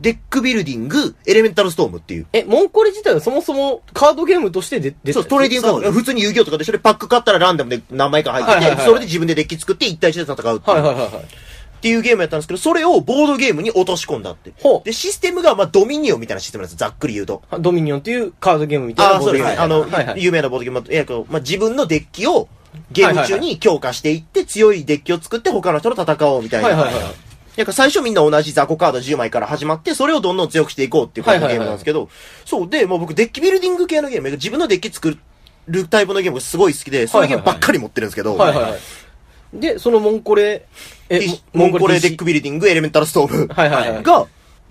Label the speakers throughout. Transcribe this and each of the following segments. Speaker 1: デックビルディング、エレメンタルストームっていう。
Speaker 2: え、モンコレ自体はそもそもカードゲームとして出出て
Speaker 1: そう、トレーディングカード。普通に遊戯王とかで、それパック買ったらランダムで何枚か入ってて、
Speaker 2: はいはいはい
Speaker 1: それで自分でデッキ作って一対一で戦うっていう,、
Speaker 2: はいはいはいはい。
Speaker 1: っていうゲームやったんですけど、それをボードゲームに落とし込んだって。
Speaker 2: ほう
Speaker 1: で、システムが、まあ、ドミニオンみたいなシステムなんですざっくり言うと。
Speaker 2: はドミニオンっていうカードゲームみたい
Speaker 1: あ
Speaker 2: な
Speaker 1: あ、
Speaker 2: ボー
Speaker 1: そう
Speaker 2: ド
Speaker 1: で
Speaker 2: ゲ
Speaker 1: す
Speaker 2: ーム
Speaker 1: ね。
Speaker 2: み
Speaker 1: あの、
Speaker 2: たいな。はいはい。
Speaker 1: 有名なボードゲーム、えっとまあ、自分のデッキをゲーム中に強化していって、強いデッキを作って他の人と戦おうみたいな。
Speaker 2: はいはいはいはい
Speaker 1: なんか最初みんな同じ雑魚カード10枚から始まって、それをどんどん強くしていこうっていう感じの
Speaker 2: は
Speaker 1: ゲ
Speaker 2: い
Speaker 1: ー
Speaker 2: は
Speaker 1: ムな
Speaker 2: いはい
Speaker 1: んですけど、そうで、もう僕デッキビルディング系のゲーム、自分のデッキ作るタイプのゲームがすごい好きで、そういうゲームばっかり持ってるんですけど、
Speaker 2: はいはいはい。で、そのモンコレ、
Speaker 1: でモンゴレデッ
Speaker 2: DC
Speaker 1: クビルディングエレメンタルストーム
Speaker 2: はいはいはい
Speaker 1: が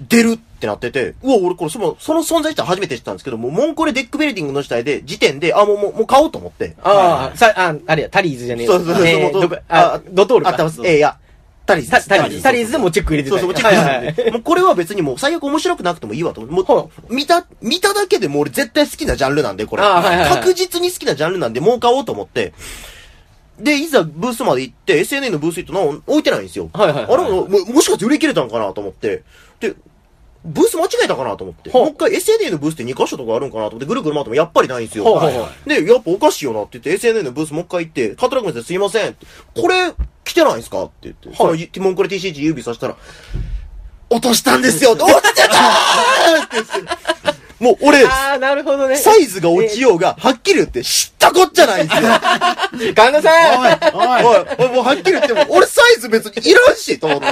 Speaker 1: 出るってなってて、うわ、俺これその、その存在自体初めて知ったんですけど、もうモンコレデックビルディングの時代で、時点で、あ、もう、もうもう買おうと思って。
Speaker 2: ああ、さ、あ、あれや、タリーズじゃねえ
Speaker 1: そうそうそう。
Speaker 2: えー
Speaker 1: もう
Speaker 2: どこあ、ドトール
Speaker 1: あった
Speaker 2: か。
Speaker 1: ます。ええ、いや、タリーズで
Speaker 2: タ
Speaker 1: す。
Speaker 2: タリーズ。タリーズでもチェック入れてた
Speaker 1: そ
Speaker 2: ん
Speaker 1: う
Speaker 2: や。
Speaker 1: そう、もうチェック
Speaker 2: はいはい
Speaker 1: してるもうこれは別にもう最悪面白くなくてもいいわと思って。
Speaker 2: は
Speaker 1: もう、見た、見ただけでもう俺絶対好きなジャンルなんで、これ。
Speaker 2: あはいはいはい
Speaker 1: 確実に好きなジャンルなんで、もう買おうと思って。で、いざブースまで行って、SNA のブース行ったの置いてないんですよ。
Speaker 2: はいはいはい
Speaker 1: あれも、ももしかして売り切れたんかなと思って。で、ブース間違えたかなと思って。
Speaker 2: はあ
Speaker 1: もう一回 SNA のブースって2箇所とかあるんかなと思って、ぐるぐる回ってもやっぱりないんですよ。
Speaker 2: はあはあは
Speaker 1: で、やっぱおかしいよなって言って、SNA のブースもう一回行って、カトラックさんすいませんって。これ、来てないんですかって言って。そのティモンコレ TCG 指さしたら、落としたんですよ落としちゃったーって言ってもう俺、
Speaker 2: ああ、なるほどね。
Speaker 1: サイズが落ちようが、はっきり言って、知ったこっちゃないんですよ。
Speaker 2: 神田さん
Speaker 3: おいおい
Speaker 1: おい、もうはっきり言っても、俺サイズ別にいらんし、と思 って。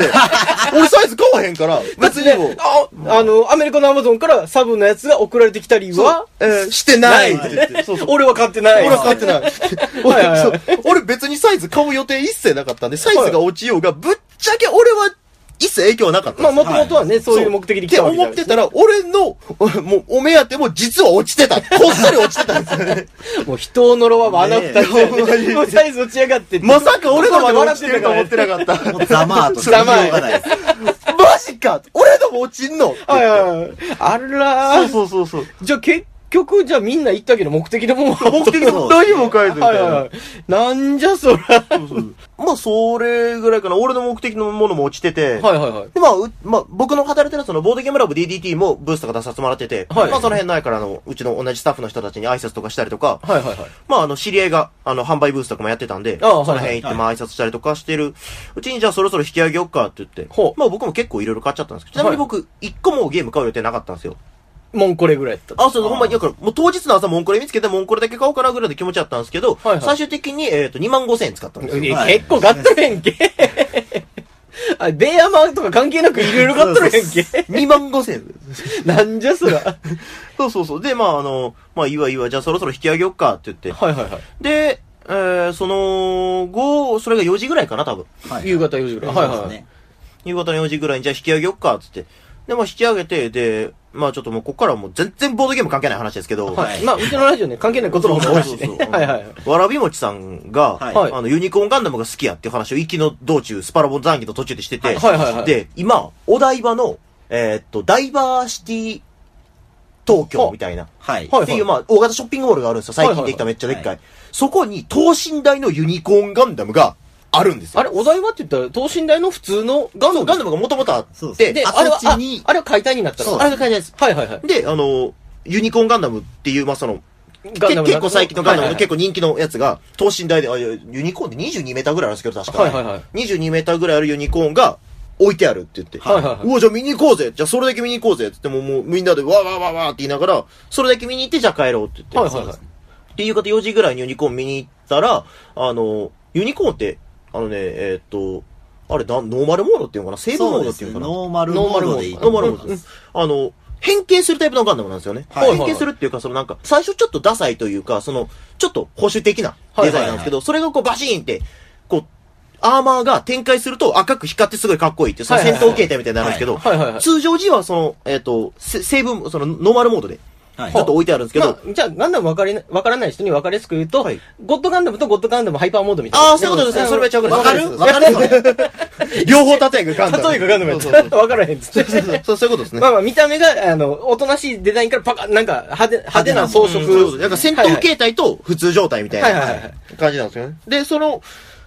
Speaker 1: 俺サイズ買わへんから、別にもう、
Speaker 2: あ、あの、アメリカのアマゾンからサブのやつが送られてきたりは、
Speaker 1: えーしてないって言って。そうそう。
Speaker 2: 俺は買ってない。
Speaker 1: 俺は買ってない。
Speaker 2: はいはいはい
Speaker 1: そう俺別にサイズ買う予定一切なかったんで、サイズが落ちようが、ぶっちゃけ俺は一切影響はなかったんです
Speaker 2: まあ、もともとはね、そういう目的で来たわけ
Speaker 1: って
Speaker 2: じ
Speaker 1: 思
Speaker 2: ゃな
Speaker 1: っ
Speaker 2: い
Speaker 1: てたら、俺の、 おもう、お目当ても実は落ちてた。こっそり落ちてたんです よね。
Speaker 2: もう人を呪わば穴二人
Speaker 1: ねえほんまに
Speaker 2: で、もうサイズ落ち上がって。
Speaker 1: まさか俺のまで
Speaker 2: 笑
Speaker 1: 落
Speaker 2: っ
Speaker 1: ち
Speaker 2: て
Speaker 1: て
Speaker 2: る
Speaker 1: る
Speaker 2: と
Speaker 1: と
Speaker 2: 思
Speaker 1: 思
Speaker 2: っ
Speaker 1: ってて
Speaker 2: な
Speaker 1: な
Speaker 2: か
Speaker 1: かった。
Speaker 3: もう ざまーとしか言いようがないです。
Speaker 1: マジか俺のも落ちんの
Speaker 2: ら。はいはいはい。あらー。
Speaker 1: そうそうそう。
Speaker 2: じゃあ結局、じゃあみんな行ったけど目的のもんは。
Speaker 1: 目的の何も書いてるみた
Speaker 2: はいいはい
Speaker 1: な
Speaker 2: は。い。なんじゃそら。はい
Speaker 1: まあ、それぐらいかな。俺の目的のものも落ちてて。
Speaker 2: はいはい。
Speaker 1: で、まあ、うまあ、僕の働いてるそのボードゲームラボ DDT もブースとか出させてもらってて、
Speaker 2: はい
Speaker 1: まあ、その辺の間からの、うちの同じスタッフの人たちに挨拶とかしたりとか、
Speaker 2: はいはいはい。
Speaker 1: まあ、あの、知り合いが、あの、販売ブースとかもやってたんで、
Speaker 2: ああはい
Speaker 1: その辺行って、まあ、挨拶したりとかしてる、うちにじゃあそろそろ引き上げよっかって言って
Speaker 2: ほう、
Speaker 1: まあ、僕も結構いろいろ買っちゃったんですけど、ちなみに僕、一個もゲーム買う予定なかったんですよ。
Speaker 2: もんこれぐらいやった。
Speaker 1: あ、そう、ほんまに、だから、もう当日の朝、モンコレ見つけて、モンコレだけ買おうかなぐらいの気持ちだったんですけど、
Speaker 2: はいはい
Speaker 1: 最終的に、えっ、と、2万5千円使ったんですよ。
Speaker 2: え
Speaker 3: はい
Speaker 2: 結構買っとるやんけ。あ、ベアマンとか関係なくいろいろ買っとるやんけ。
Speaker 1: 2万5千円。
Speaker 2: なんじゃそら。は
Speaker 1: そうそうそう。で、まあ、あの、まあ、いいわいいわ、じゃあそろそろ引き上げよっかって言って、
Speaker 2: いはいはい。
Speaker 1: で、えー、その後、それが4時ぐらいかな、多分。
Speaker 3: はい
Speaker 2: 夕方4時ぐらい。はいはい
Speaker 3: そう
Speaker 2: は
Speaker 3: で
Speaker 2: い
Speaker 3: す。ね
Speaker 1: 夕方の4時ぐらいに、じゃあ引き上げよっか、つって。で、まあ引き上げて、で、まあちょっともうこっからはもう全然ボードゲーム関係ない話ですけど、
Speaker 3: はい
Speaker 2: まあ、うちのラジオね、関係ないことの方が多いしね
Speaker 1: そうそう。そう
Speaker 2: はいはい。
Speaker 1: わらびもちさんが、
Speaker 3: はい
Speaker 2: はい
Speaker 1: あの、ユニコーンガンダムが好きやっていう話を行きの道中、スパラボン残機の途中でしてて、
Speaker 2: はいはいはい
Speaker 1: で、今、お台場の、えーっと、ダイバーシティ東京みたいな、
Speaker 3: はい。
Speaker 2: はい
Speaker 1: っていう、まあ、大型ショッピングモールがあるんですよ。最近できためっちゃでっかい。
Speaker 3: はい
Speaker 1: そこに、等身大のユニコーンガンダムがあるんですよ。
Speaker 2: あれ、お台場って言ったら、等身大の普通のガ
Speaker 1: ガンダム
Speaker 2: ンダム
Speaker 1: ガンダムがもともとあ
Speaker 3: そう
Speaker 1: っ
Speaker 3: で
Speaker 1: て、
Speaker 3: すね
Speaker 2: で、
Speaker 3: 跡
Speaker 2: あれは、あ
Speaker 3: 地に
Speaker 2: あれは解体になった
Speaker 3: そう
Speaker 2: あれが解体です。はいはいはい。
Speaker 1: で、あの、ユニコーンガンダムっていう、まあ、その、け結構最近のガンダムの結構人気のやつが、等身大で、あいやユニコーンって22メーターぐらいあるんですけど、確か。
Speaker 2: はいはいはい
Speaker 1: 22メーターぐらいあるユニコーンが置いてあるって言って。
Speaker 2: はいはいはいう
Speaker 1: わ、じゃあ見に行こうぜ。じゃあそれだけ見に行こうぜ。って言っても、もうみんなでわーわーわーわーって言いながら、それだけ見に行って、じゃあ帰ろうって言って。
Speaker 2: はいはいはい
Speaker 1: っていう方4時ぐらいにユニコーン見に行ったら、あの、ユニコーンって、あのね、えーっと、あれ、なノーマルモードっていうのかなセーブモ
Speaker 3: そう
Speaker 1: ード
Speaker 3: で
Speaker 1: ってい
Speaker 3: す
Speaker 1: う
Speaker 3: ね。
Speaker 1: のかな
Speaker 3: ノーマル
Speaker 2: ノ
Speaker 3: モ
Speaker 2: ーマ
Speaker 3: ー
Speaker 2: ルモード
Speaker 3: ドでいいと
Speaker 1: ノー
Speaker 3: 思
Speaker 1: マ
Speaker 3: う。
Speaker 1: ルモードです。あの、変形するタイプのガンダムなんですよね。
Speaker 3: はい
Speaker 1: 変形するっていうか、そのなんか、最初ちょっとダサいというか、その、ちょっと保守的なデザインなんですけど、それがこうバシーンって、こう、アーマーが展開すると赤く光ってすごいかっこいいっていう、その
Speaker 2: はい
Speaker 1: 戦
Speaker 2: はいはい
Speaker 1: 闘形態みたいになるんですけど、
Speaker 2: はいはいはい
Speaker 1: 通常時はその、えっ、と、せ成分、そのノーマルモードで、
Speaker 3: はい
Speaker 1: ちょっと置いてあるんですけど、
Speaker 2: まあ、じゃあ、ガンダム分かりな分からない人に分かりやすく言うと、
Speaker 1: はい
Speaker 2: ゴッドガンダムとゴッドガンダムハイパーモードみたいな。
Speaker 1: ああ、そういうことですね。それめっちゃわかる。
Speaker 3: わかる
Speaker 1: わかる両方縦がガンダム。
Speaker 2: 例えばガンダムやった
Speaker 1: そうそう
Speaker 2: ら分からへんっつって。
Speaker 1: そうそうそういうことですね
Speaker 2: ま。あまあ、見た目が、あの、おとなしいデザインからパカ、なんか派手、派手な装飾。
Speaker 1: そういうことですなんか戦闘形態と普通状態みたい
Speaker 2: はいはいは
Speaker 1: ない感じなんですよね。で、その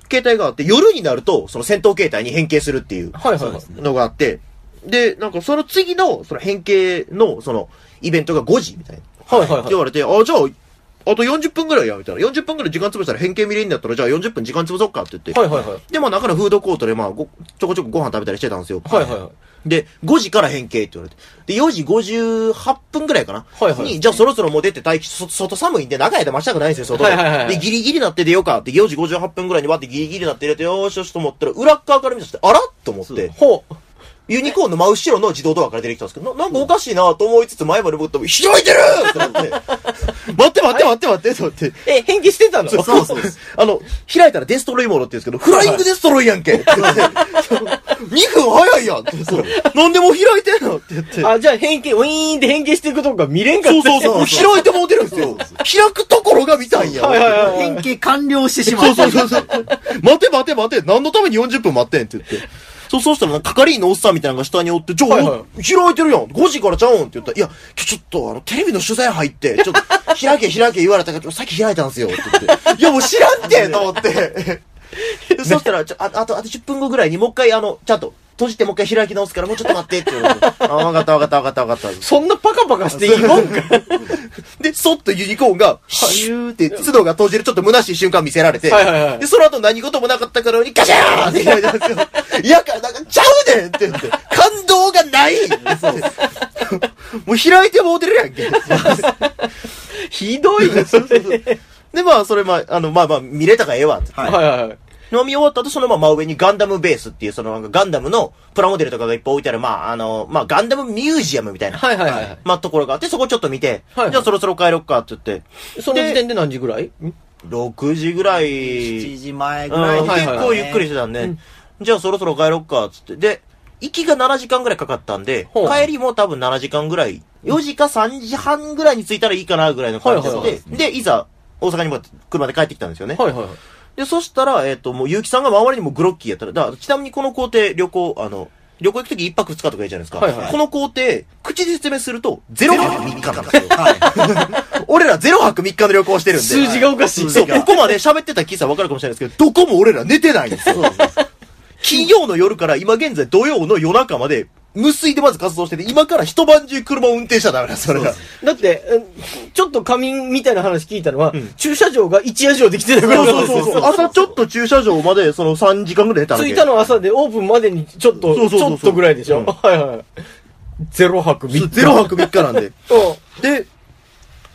Speaker 1: 形態があって、夜になると、その戦闘形態に変形するっていう
Speaker 2: はいはいはい。
Speaker 1: のがあって、で、なんかその次の、その変形の、その、イベントが5時みたいな。
Speaker 2: はいはいはい
Speaker 1: って言われて、あ、じゃあ、あと40分ぐらいや、みたいな。40分ぐらい時間潰したら変形見れるんだったら、じゃあ40分時間潰そうかって言って。
Speaker 2: はいはいはい。
Speaker 1: で、まあ中のフードコートで、まあ、ごちょこちょこご飯食べたりしてたんですよ。
Speaker 2: はいはいはい。
Speaker 1: で、5時から変形って言われて。で、4時58分ぐらいかな。
Speaker 2: はいはい
Speaker 1: に、じゃあそろそろもう出て待機、そ外寒いんで中やで待ちたくないんですよ、外で。
Speaker 2: はいはいはい
Speaker 1: で、ギリギリなって出ようかって、4時58分ぐらいにわってギリギリなって出て、よーしよしと思ったら、裏っ側から見させて、あらと思っ
Speaker 3: そう
Speaker 1: て、
Speaker 2: ほう。
Speaker 1: ユニコーンの真後ろの自動ドアから出てきたんですけど、ななんかおかしいなと思いつつ前まで僕と、開いてると思 って、待って待って待って待って、と思って。
Speaker 2: え、変形してたの
Speaker 1: そうそうです。あの、開いたらデストロイモードって言うんですけど、フライングデストロイやんけって言って、2分早いやんって、そう。なんでも開いてんのって言って。
Speaker 2: あ、じゃあ変形、ウィーンって変形していくとこが見れんかっ
Speaker 1: そ
Speaker 2: た
Speaker 1: うそうそう。開いてもうてるんですよ。開くところが見たいんや。
Speaker 2: はいはいはい
Speaker 3: 変形完了してしま
Speaker 1: そう
Speaker 3: う。
Speaker 1: そうそうそう。待て待て待て、何のために40分待ってんって言って。そう、そうしたら、係員のおっさんみたいなのが下におって、ちょ、
Speaker 2: はいは
Speaker 1: 開いてるやん !5 時からちゃうんって言ったら、いや、ちょ、ちょっと、あの、テレビの取材入って、 ちょっと、開け開け言われたから、さっき開いたんですよって言って。いや、もう知らんってと思って。 でそしたら、ちょ、ああと、あと10分後ぐらいにもう一回、あの、ちゃんと、閉じてもう一回開き直すから、もうちょっと待ってって言われて。あ、わかったわかったわかったわかった。
Speaker 2: そんなパカパカしていいもんか。
Speaker 1: で、そっとユニコーンが、シューって、角が閉じるちょっと虚しい瞬間見せられて、
Speaker 2: はいはいはい
Speaker 1: で、その後何事もなかったからに、ガシャーンって言われたんですよ。いやから、なんか、ちゃうねんって言って、感動がないもう開いてもうてるやんけ。
Speaker 2: ひどい な、それ。
Speaker 1: で、まあ、それ、まあ、あの、まあまあ、見れたからええわって。
Speaker 3: はい
Speaker 2: はいはいはい。
Speaker 1: 飲み終わった後、そのまま真上にガンダムベースっていう、そのなんかガンダムのプラモデルとかがいっぱい置いてある、まあ、あの、まあ、ガンダムミュージアムみたいな、
Speaker 2: はいはいはいはい。
Speaker 1: まあ、ところがあって、そこちょっと見て、
Speaker 2: はいはい
Speaker 1: じゃあそろそろ帰ろっかって言って、
Speaker 2: その時点で何時ぐらい
Speaker 1: 6時ぐらい、
Speaker 3: 7時前ぐ
Speaker 1: うん
Speaker 3: らい
Speaker 2: あー
Speaker 3: で
Speaker 2: はい
Speaker 1: 結
Speaker 2: はい
Speaker 1: 構ゆっくりしてたんで、じゃあそろそろ帰ろっか、つって。で、行きが7時間ぐらいかかったんで、
Speaker 2: ほう
Speaker 1: 帰りも多分7時間ぐらい、4時か3時半ぐらいに着いたらいいかな、ぐらいの感じで、
Speaker 2: はいはいはい
Speaker 1: で、いざ、大阪にも車で帰ってきたんですよね。
Speaker 2: はいはいはい。
Speaker 1: で、そしたら、えっ、と、もう、結城さんが周りにもグロッキーやったら、だからちなみにこの工程、旅行、あの、旅行行くとき1泊2日とかいいじゃないですか。
Speaker 2: はいはい
Speaker 1: この工程、口で説明すると、0泊3日なんですよ。
Speaker 3: はい。
Speaker 1: 俺ら0泊3日の旅行をしてるんで。
Speaker 2: 数字がおかしい。
Speaker 1: そう、
Speaker 3: てか
Speaker 1: ここまで喋ってた記さん分かるかもしれないですけど、どこも俺ら寝てないんですよ。金曜の夜から今現在土曜の夜中まで、無水でまず活動してて、今から一晩中車を運転しちゃダメなんです、それが。
Speaker 2: だって、うんちょっと仮眠みたいな話聞いたのは、駐車場が一夜以上できてたから
Speaker 1: そうそうそうそう。朝ちょっと駐車場まで、その3時間ぐらい寝たん
Speaker 2: 着
Speaker 1: で。
Speaker 2: いたのは朝でオープンまでにちょっ
Speaker 1: そ
Speaker 2: と、
Speaker 1: うそうそうそう
Speaker 2: ちょっとぐらいでしょ、
Speaker 1: うん
Speaker 2: はいはい。ゼロ泊3日。
Speaker 1: 0泊3日なんで。
Speaker 2: う
Speaker 1: で、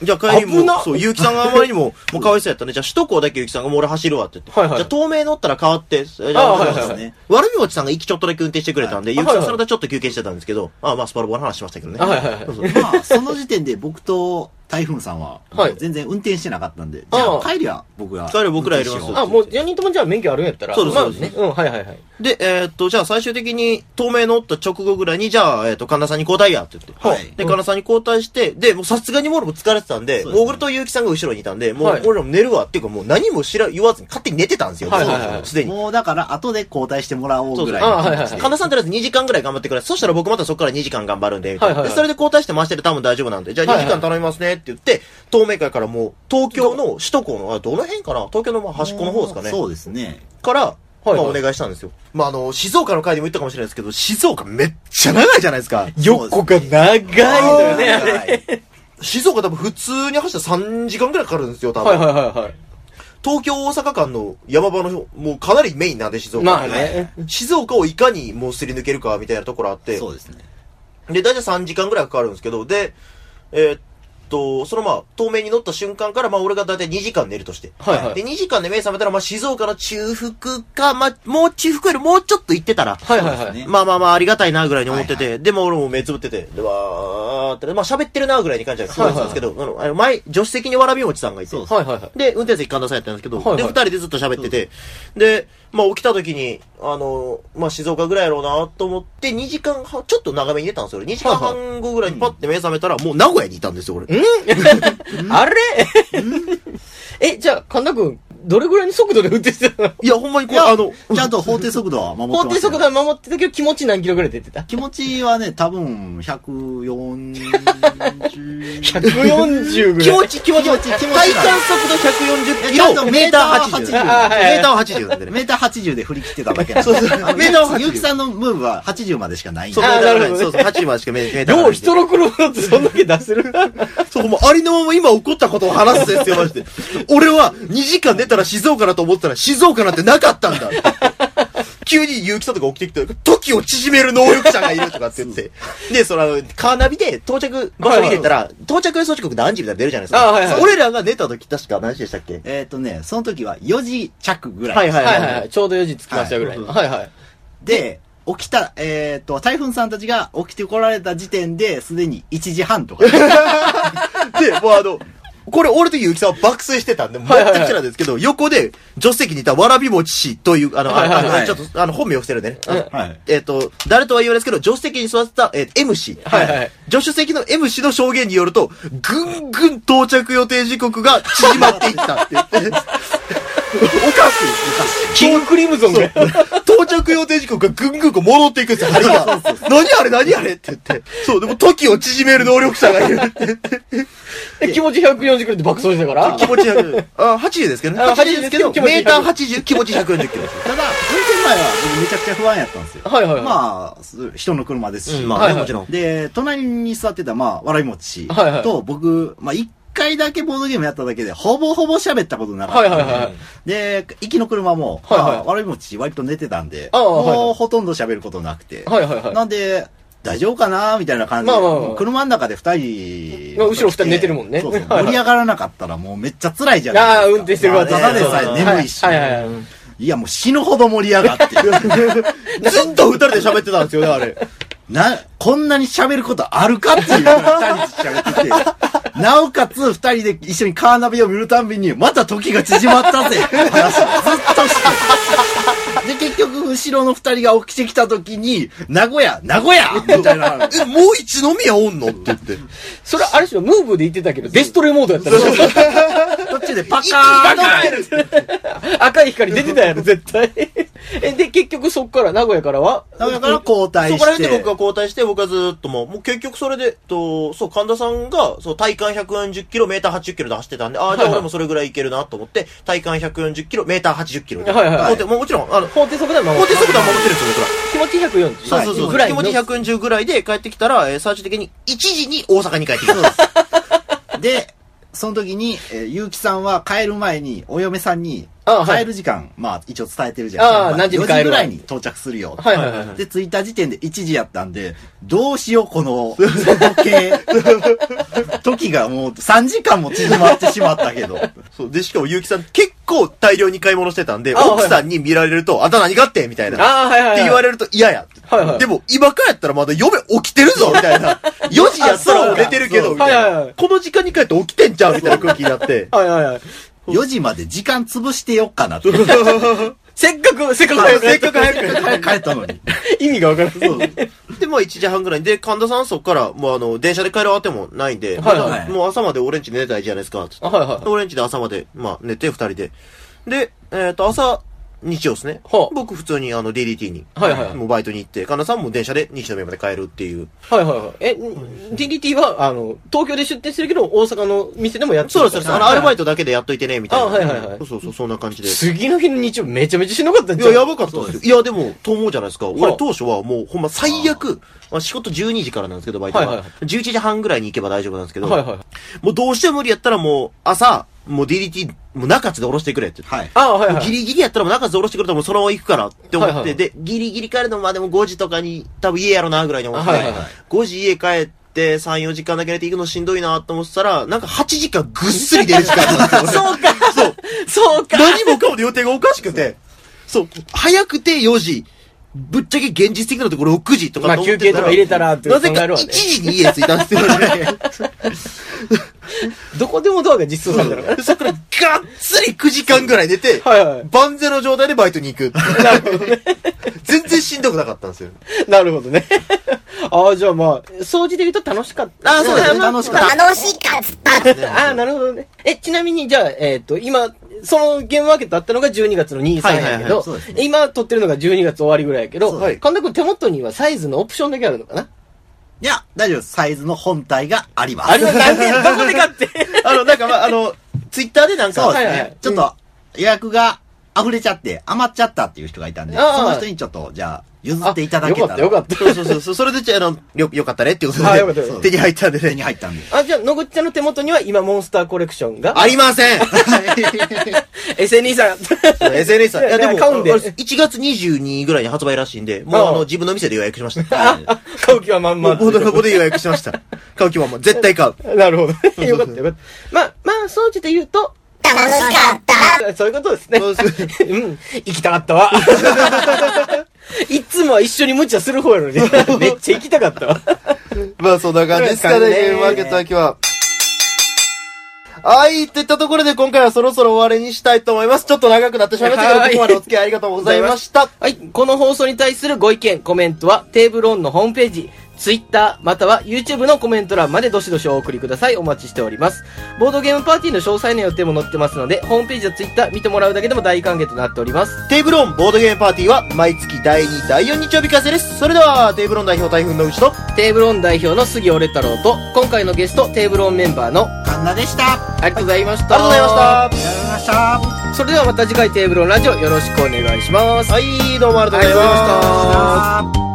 Speaker 1: じゃあ帰り
Speaker 2: 危
Speaker 1: も
Speaker 2: な、
Speaker 1: そう、結城さんがあまりにも、もうかわいそうやったね。じゃあ首都高だけ結城さんがもう俺走るわって言って。
Speaker 2: はいはい
Speaker 1: じゃあ透明乗ったら変わって、じゃ
Speaker 2: あはいはい
Speaker 3: はい
Speaker 1: ね悪みおちさんが息ちょっとだけ運転してくれたんで、
Speaker 2: はい
Speaker 1: 結城さんそれでちょっと休憩してたんですけど、あまあスパルボの話しましたけどね。
Speaker 2: あはいはいはい
Speaker 1: そうそう
Speaker 3: まあ、その時点で僕と台風さんは
Speaker 2: はい、
Speaker 3: 全然運転してなかったんで、じ
Speaker 2: あ
Speaker 3: ゃ
Speaker 2: ー
Speaker 3: あ帰りは僕が。
Speaker 1: 帰りは僕らやりますよ
Speaker 2: ん。
Speaker 3: 運転し
Speaker 2: あ、もう4人ともじゃあ免許あるんやったら。
Speaker 1: そうです
Speaker 2: まあ
Speaker 1: そうです
Speaker 2: ね。うん、はいはいはい。
Speaker 1: で、えーっと、じゃあ最終的に、透明乗った直後ぐらいに、じゃあ、えーっと、神田さんに交代や、って言って。
Speaker 3: はい
Speaker 1: で、神田さんに交代して、で、もうさすがにも俺も疲れてたんで、
Speaker 3: そうですね
Speaker 1: モーグルと結城さんが後ろにいたんで、もう
Speaker 2: はい
Speaker 1: 俺らも寝るわ、っていうかもう何も知ら、言わずに勝手に寝てたんですよ。
Speaker 2: はいはいはい
Speaker 1: すでに。
Speaker 3: もうだから、後で交代してもらおうぐらい
Speaker 2: そ
Speaker 3: の
Speaker 2: うそうあーはいはいはい
Speaker 1: 神田さんとりあえず2時間ぐらい頑張ってくれ。そしたら僕またそこから2時間頑張るんで、みたいな。
Speaker 2: はいはいはい
Speaker 1: でそれで交代して回してる多分大丈夫なんで、じゃあ2時間頼みますねって言って、東明会からもう、東京の首都高の、あ、どの辺かな東京のまあ端っこの方ですかね。
Speaker 3: そうですね。
Speaker 1: から、
Speaker 2: はい
Speaker 1: まあお願いしたんですよ。まああの、静岡の会でも言ったかもしれないですけど、静岡めっちゃ長いじゃないですか。
Speaker 2: 横が長いのよね、あれ。
Speaker 3: はい
Speaker 1: 静岡多分普通に走ったら3時間ぐらいかかるんですよ、多分。
Speaker 2: はいはいはいはい。
Speaker 1: 東京大阪間の山場の、もうかなりメインなんで静岡。
Speaker 2: まあね。
Speaker 1: 静岡をいかにもうすり抜けるかみたいなところあって。
Speaker 3: そうですね。
Speaker 1: で、大体3時間ぐらいかかるんですけど、で、えーっと、そのまあ、透明に乗った瞬間から、まあ、俺が大体2時間寝るとして。
Speaker 2: はいはい
Speaker 1: で、2時間で目覚めたら、まあ、静岡の中腹か、まあ、もう中腹よりもうちょっと行ってたら、
Speaker 2: はいはいは
Speaker 3: そうです
Speaker 2: い。
Speaker 3: ね
Speaker 1: まあまあまあ、ありがたいな、ぐらいに思ってて、
Speaker 3: は
Speaker 1: でも俺も目つぶってて、で、わーって、まあ、喋ってるな、ぐらいに感じがすごいしたんですけど、あのあの、前、助手席にわらび餅さんがいて、
Speaker 3: そう
Speaker 2: はいはいはい。
Speaker 1: で、運転席神田さんやったんですけど、
Speaker 2: はいはい
Speaker 1: で、二人でずっと喋ってて、で、まあ起きた時に、あの、まあ静岡ぐらいやろうなと思って、2時間半、ちょっと長めに寝たんですよ。2時間半後ぐらいにパッて目覚めたら、もう名古屋にいたんですよ、俺。
Speaker 2: あれえ、じゃあ、神田くん、どれぐらいの速度で運転してたの
Speaker 1: いや、ほんまにこ
Speaker 3: い
Speaker 1: れ、
Speaker 3: や、
Speaker 1: あ
Speaker 3: あ
Speaker 1: の
Speaker 3: の、、ちゃんと法定速度は守って
Speaker 2: 法
Speaker 3: ま
Speaker 2: 定
Speaker 3: したよ
Speaker 2: 速度は守ってたけど気持ち何キロぐらい出てた
Speaker 3: 気持ちはね、多分、140…
Speaker 2: 140ぐ
Speaker 1: 気
Speaker 2: らい
Speaker 1: 持。ち、気持ち、気持ち、
Speaker 3: 気持ち
Speaker 1: 体感速度140キ
Speaker 3: ちゃん
Speaker 1: ロ
Speaker 3: と。メーター80。
Speaker 2: あはいはい
Speaker 3: メーター80なんでね。メーター80で振り切ってただけなんで。
Speaker 1: そうそう
Speaker 3: あの
Speaker 1: メーター80
Speaker 3: ゆうきさんのムーブは80までしかないん
Speaker 1: そ
Speaker 3: で
Speaker 1: う、メ
Speaker 2: あ
Speaker 1: ー
Speaker 2: ー
Speaker 1: タ
Speaker 2: な
Speaker 1: ー
Speaker 2: る
Speaker 1: が
Speaker 2: ほ
Speaker 1: な
Speaker 2: ど
Speaker 1: い。
Speaker 2: ね
Speaker 1: そうそう、80までしかメメーターが
Speaker 2: よ
Speaker 1: な
Speaker 2: う
Speaker 1: いんで
Speaker 2: 人の車だってそんだけ出せる
Speaker 1: そう、もうありのまま今起こったことを話すんですよ、マジで。俺は2時間寝たら静岡だと思ったら静岡なんてなかったんだ。急に結城さんとか起きてきて、時を縮める能力者がいるとかって言って。で、そのあの、カーナビで到着場所見てたら、到着予想時刻何時みたいなの出るじゃないですか。
Speaker 2: あはいはい
Speaker 1: 俺らが寝た時確か何時でしたっけ
Speaker 3: えっとね、その時は4時着ぐらい。
Speaker 1: はいはい
Speaker 2: はいはいはい。ちょうど4時着きましたぐらい。はいはい。
Speaker 3: で、起きた、えっ、と、台風さんたちが起きてこられた時点で、すでに1時半とか。
Speaker 1: で、もうあの、これ俺と結城さんは爆睡してたんで、全く
Speaker 2: はいはい
Speaker 1: 知らんですけど、横で助手席にいたわらびもち氏という、あの、あ
Speaker 2: はいはい
Speaker 3: は
Speaker 1: の、
Speaker 3: い
Speaker 1: ちょっと、あの、本名を伏せるんでね。あの
Speaker 3: はい。
Speaker 1: えっ、と、誰とは言わないですけど、助手席に座ってた、えー M 氏。
Speaker 2: はいはい
Speaker 1: 助手席の M 氏の証言によると、ぐんぐん到着予定時刻が縮まっていったって言って。おかしい。
Speaker 2: キングクリムゾン
Speaker 1: そ
Speaker 2: が
Speaker 1: う。到着予定時刻がぐんぐんこう戻っていくんですよ、針が。何あれ何あれって言って。そう、でも時を縮める能力者がいるって言って。
Speaker 2: え気持ち140キロで爆走してたから。
Speaker 1: 気持ち100。あ、80ですけどね。
Speaker 2: あ
Speaker 1: 80ですけど、
Speaker 2: 80ですけど
Speaker 1: メーター80、気持ち140キロ です。
Speaker 3: ただ、運転前は僕めちゃくちゃ不安やったんですよ。
Speaker 2: はいはいはい。
Speaker 3: まあ、す人の車ですし。
Speaker 1: うんまあね
Speaker 2: はいはい
Speaker 1: もちろん。
Speaker 3: で、隣に座ってた、まあ、笑い餅と、
Speaker 2: はいはい
Speaker 3: 僕、まあ、一回だけボードゲームやっただけで、ほぼほぼ喋ったことなか
Speaker 2: は
Speaker 3: っ
Speaker 2: い
Speaker 3: た。
Speaker 2: はいはい。
Speaker 3: で、行きの車も、
Speaker 2: はいはい
Speaker 3: まあ笑い餅割と寝てたんで、
Speaker 2: ああはいはい
Speaker 3: もうほとんど喋ることなくて。
Speaker 2: はいはいはい
Speaker 3: なんで、大丈夫かなみたいな感じで、
Speaker 2: まあまあまあ
Speaker 3: もう車の中で二人、
Speaker 2: まあ後ろ二人寝てるもんね
Speaker 3: そうそう
Speaker 2: はいはい
Speaker 3: 盛り上がらなかったらもうめっちゃ辛いじゃないです
Speaker 2: あ
Speaker 3: か。
Speaker 2: あ、運転してるわ。
Speaker 3: まあただでさえ眠いし。
Speaker 2: はいはいはい。
Speaker 3: いや、もう死ぬほど盛り上がって。
Speaker 1: ずっと二人で喋ってたんですよね、あれ。
Speaker 3: な、こんなに喋ることあるかっていうぐらい二人で喋ってて、なおかつ二人で一緒にカーナビを見るたんびに、また時が縮まったぜって話をずっとして。で、結局、後ろの二人が起きてきた時に、名古屋、名古屋みたいな。
Speaker 1: え、もう一飲み屋おんのって言って。
Speaker 2: それ、あれっしょ、ムーブで言ってたけど、デストレイモードやったら、
Speaker 3: 途中でパカーンと
Speaker 2: 赤い光出てたやろ、絶対。え、で、結局そっから、名古屋からは
Speaker 3: 名古屋から交代
Speaker 1: そ
Speaker 3: して。
Speaker 1: こら辺で僕が交代して、僕はずっともう、もう結局それで、えっと、そう、神田さんが、そう、体感140キロ、メーター80キロで走ってたんで、ああ、じゃあ
Speaker 2: はいはい
Speaker 1: 俺もそれぐらいいけるなと思って、体感140キロ、メーター80キロで。
Speaker 2: はいはいはい
Speaker 1: もうもうもちろん、あの、
Speaker 2: 法定速度は守
Speaker 1: 法
Speaker 2: っ
Speaker 1: 定
Speaker 2: て
Speaker 1: 速度は守ってるんですよ、僕ら。
Speaker 2: 気持ち140。
Speaker 1: そうそうそう。
Speaker 2: ぐらい
Speaker 1: 気
Speaker 2: の
Speaker 1: 持ち140ぐらいで帰ってきたら、えー最終的に1時に大阪に帰ってきた。
Speaker 3: で、その時に、えー、結城さんは帰る前に、お嫁さんに、
Speaker 2: あはい
Speaker 3: 帰る時間、まあ、一応伝えてるじゃない
Speaker 2: あ何時に帰るわ
Speaker 3: 4時ぐらいに到着するよ。
Speaker 2: はいはいはいはい
Speaker 3: で、着いた時点で1時やったんで、どうしよう、この、時計。時がもう3時間も縮まってしまっ たけど。
Speaker 1: そう。で、しかも結城さん結構大量に買い物してたんで、
Speaker 2: あ
Speaker 1: 奥さんに見られると、あんた何買ってんみたいな。
Speaker 2: ああ、はいは
Speaker 1: っ
Speaker 2: いはい。
Speaker 1: て言われると嫌やって。
Speaker 2: はいはい
Speaker 1: でも、今からやったらまだ嫁起きてるぞみたい な。4時やったらもう寝てるけど、
Speaker 2: そう
Speaker 1: み
Speaker 2: か
Speaker 1: たい
Speaker 2: はいはいは
Speaker 1: な。
Speaker 2: い
Speaker 1: この時間に帰って起きてんちゃうみたいな空気にな って。
Speaker 2: はいはいはい。
Speaker 3: 4時まで時間潰してよっかなって。
Speaker 2: せっかく、せっかく
Speaker 1: 早
Speaker 2: 早
Speaker 1: く
Speaker 2: く
Speaker 1: せ
Speaker 2: せ
Speaker 1: っ
Speaker 2: っ
Speaker 1: かく
Speaker 2: かく
Speaker 1: 早
Speaker 2: 早
Speaker 1: く
Speaker 2: く。
Speaker 3: 帰ったのに。
Speaker 2: 意味がわからない。
Speaker 1: で、まあ1時半ぐらいにで、神田さんそっから、もうあの、電車で帰るあてもないんで、
Speaker 2: はいはい
Speaker 1: まだもう朝まで俺んち寝たいじゃないですか。つって
Speaker 2: あはいはいはい
Speaker 1: で俺んちで朝まで、まあ寝て二人で。で、えっ、と、朝、日曜ですね。
Speaker 2: はあ
Speaker 1: 僕普通にあの DDT に、
Speaker 2: はいはいはい
Speaker 1: もうバイトに行って、神田さんも電車で西宮まで帰るっていう。
Speaker 2: はいはいはい。え、DDT は、あの、東京で出店してるけど、大阪の店でもやってる
Speaker 1: そうです、そうです。あの、アルバイ
Speaker 2: ト。
Speaker 1: トだけでやっといてね、みたいな。
Speaker 2: あはいはいはい
Speaker 1: そうそうそう、そんな感じで。
Speaker 2: 次の日の日曜めちゃめちゃしなかった
Speaker 1: い
Speaker 2: んじゃ
Speaker 1: や、
Speaker 2: ん。
Speaker 1: やばかったですよ。いや、でも、と思うじゃないですか。
Speaker 2: は
Speaker 1: 俺
Speaker 2: あ
Speaker 1: 当初はもう、ほんま最悪、まあ、仕事12時からなんですけど、バイト
Speaker 2: はい
Speaker 1: は
Speaker 2: はい。
Speaker 1: 11時半ぐらいに行けば大丈夫なんですけど、
Speaker 2: はいはい。
Speaker 1: もうどうしても無理やったらもう、朝、もう DDT、もう中津で降ろしてくれって。
Speaker 3: はい。
Speaker 2: ああ、はいは
Speaker 1: ギ
Speaker 2: い。
Speaker 1: リギリやったらもう中津で降ろしてくれたらもうそのまま行くからって思って、
Speaker 2: はいはい
Speaker 1: で、ギリギリ帰るのまあでも5時とかに多分家やろなぐらいに思って、
Speaker 2: はいはいはい
Speaker 1: 5時家帰って3、4時間だけ寝て行くのしんどいなと思ってたら、なんか8時間ぐっすり出る時間だったんですよ。
Speaker 2: そうか
Speaker 1: そう。
Speaker 2: そうか
Speaker 1: 何もかもで予定がおかしくて、そう、早くて4時、ぶっちゃけ現実的なところ6時とか
Speaker 2: まあ
Speaker 1: と思って
Speaker 2: 休憩とか入れたらって
Speaker 1: なぜ
Speaker 2: 考
Speaker 1: か
Speaker 2: えるわ
Speaker 1: 1
Speaker 2: ね
Speaker 1: 時に家着いたんですよね。
Speaker 2: どこでもドアが実装されたのか
Speaker 1: そっからがっつり9時間ぐらい寝て、
Speaker 2: はいはい
Speaker 1: 万全の状態でバイトに行く。全然しんどくなかったんですよ。
Speaker 2: なるほどね。 ああ、じゃあまあ、掃除で言うと楽しかった。
Speaker 1: あーそうですね
Speaker 2: ま
Speaker 3: 楽しかった
Speaker 4: 楽しかった
Speaker 2: ああ、なるほどね。え、ちなみに、じゃあ、えっ、と、今、そのゲームマーケットあったのが12月の2、3
Speaker 1: はい
Speaker 2: や
Speaker 1: はい
Speaker 2: け
Speaker 1: は、
Speaker 2: ど
Speaker 3: いそうです、
Speaker 2: 今撮ってるのが12月終わりぐらいやけど
Speaker 3: そう
Speaker 1: です
Speaker 2: 神田君手元にはサイズのオプションだけあるのかない
Speaker 3: や、大丈夫です。サイズの本体があります。
Speaker 2: あれは何で、 どこで買って
Speaker 1: あの、なんかまあ、あの、ツイッターでなんか、
Speaker 3: そうですね。
Speaker 2: はいはい
Speaker 3: ちょっと、予約が溢れちゃって、余っちゃったっていう人がいたんで、そ
Speaker 2: ああ
Speaker 3: の人にちょっと、じゃあ、譲っていただけ
Speaker 2: よ
Speaker 3: た
Speaker 2: かっ
Speaker 3: ら。
Speaker 2: たよかった。
Speaker 1: そうそうそうそう。それでじゃあ、あの、よ、よかったねっていうこと
Speaker 2: あよかったよかっ
Speaker 1: で、手
Speaker 2: た
Speaker 1: に入ったんで
Speaker 3: 手
Speaker 1: ね。
Speaker 3: に入ったんで。
Speaker 2: あ、じゃあ、野口ちゃんの手元には今、モンスターコレクションが。
Speaker 1: ありま せん
Speaker 2: SNE さん。
Speaker 1: !SNS さん。いや、でも、
Speaker 2: 買うんで
Speaker 1: あれ1月22ぐらいに発売らしいんで、もうあ
Speaker 2: ああ
Speaker 1: の、自分の店で予約しました。
Speaker 2: 買う気はまん
Speaker 1: も
Speaker 2: ま
Speaker 1: う、。ボードロボで予約しました。買う気はもう、絶対買 う。
Speaker 2: なるほど。よかったよかった。まあ、まあ、そうじて言うと、楽しかった そういうことですね。
Speaker 1: そうです
Speaker 2: うん。行きたかったわ。 いつもは一緒に無茶する方やのに。 めっちゃ行きたかったわ。
Speaker 1: まあそんな感じですかね、
Speaker 2: そうですかね
Speaker 1: ゲームマーケット秋は。はい、といったところで今回はそろそろ終わりにしたいと思います。ちょっと長くなってしまいましたけど、
Speaker 2: は
Speaker 1: こ
Speaker 2: い
Speaker 1: こまでお付き合いありがとうございま した。
Speaker 2: はい。この放送に対するご意見、コメントはテーブルオンのホームページ、ツイッターまたは YouTube のコメント欄までどしどしお送りください。お待ちしております。ボードゲームパーティーの詳細の予定も載ってますので、ホームページやツイッター見てもらうだけでも大歓迎となっております。
Speaker 1: テーブルオンボードゲームパーティーは毎月第2、第4日曜日開催です。それでは、テーブルオン代表台風のうちと、
Speaker 2: テーブルオン代表の杉折太郎と、今回のゲストテーブルオンメンバーの、
Speaker 3: 神田でした。あ
Speaker 2: ありがとうございまし
Speaker 1: ありが
Speaker 2: た。
Speaker 1: とうございました。
Speaker 3: りがとうございま
Speaker 2: し
Speaker 3: した。
Speaker 2: た。それではまた次回テーブルオンラジオよろしくお願いします。
Speaker 1: はい、どうもありがとうございました。
Speaker 2: ありがとうございました
Speaker 3: ありがとうございました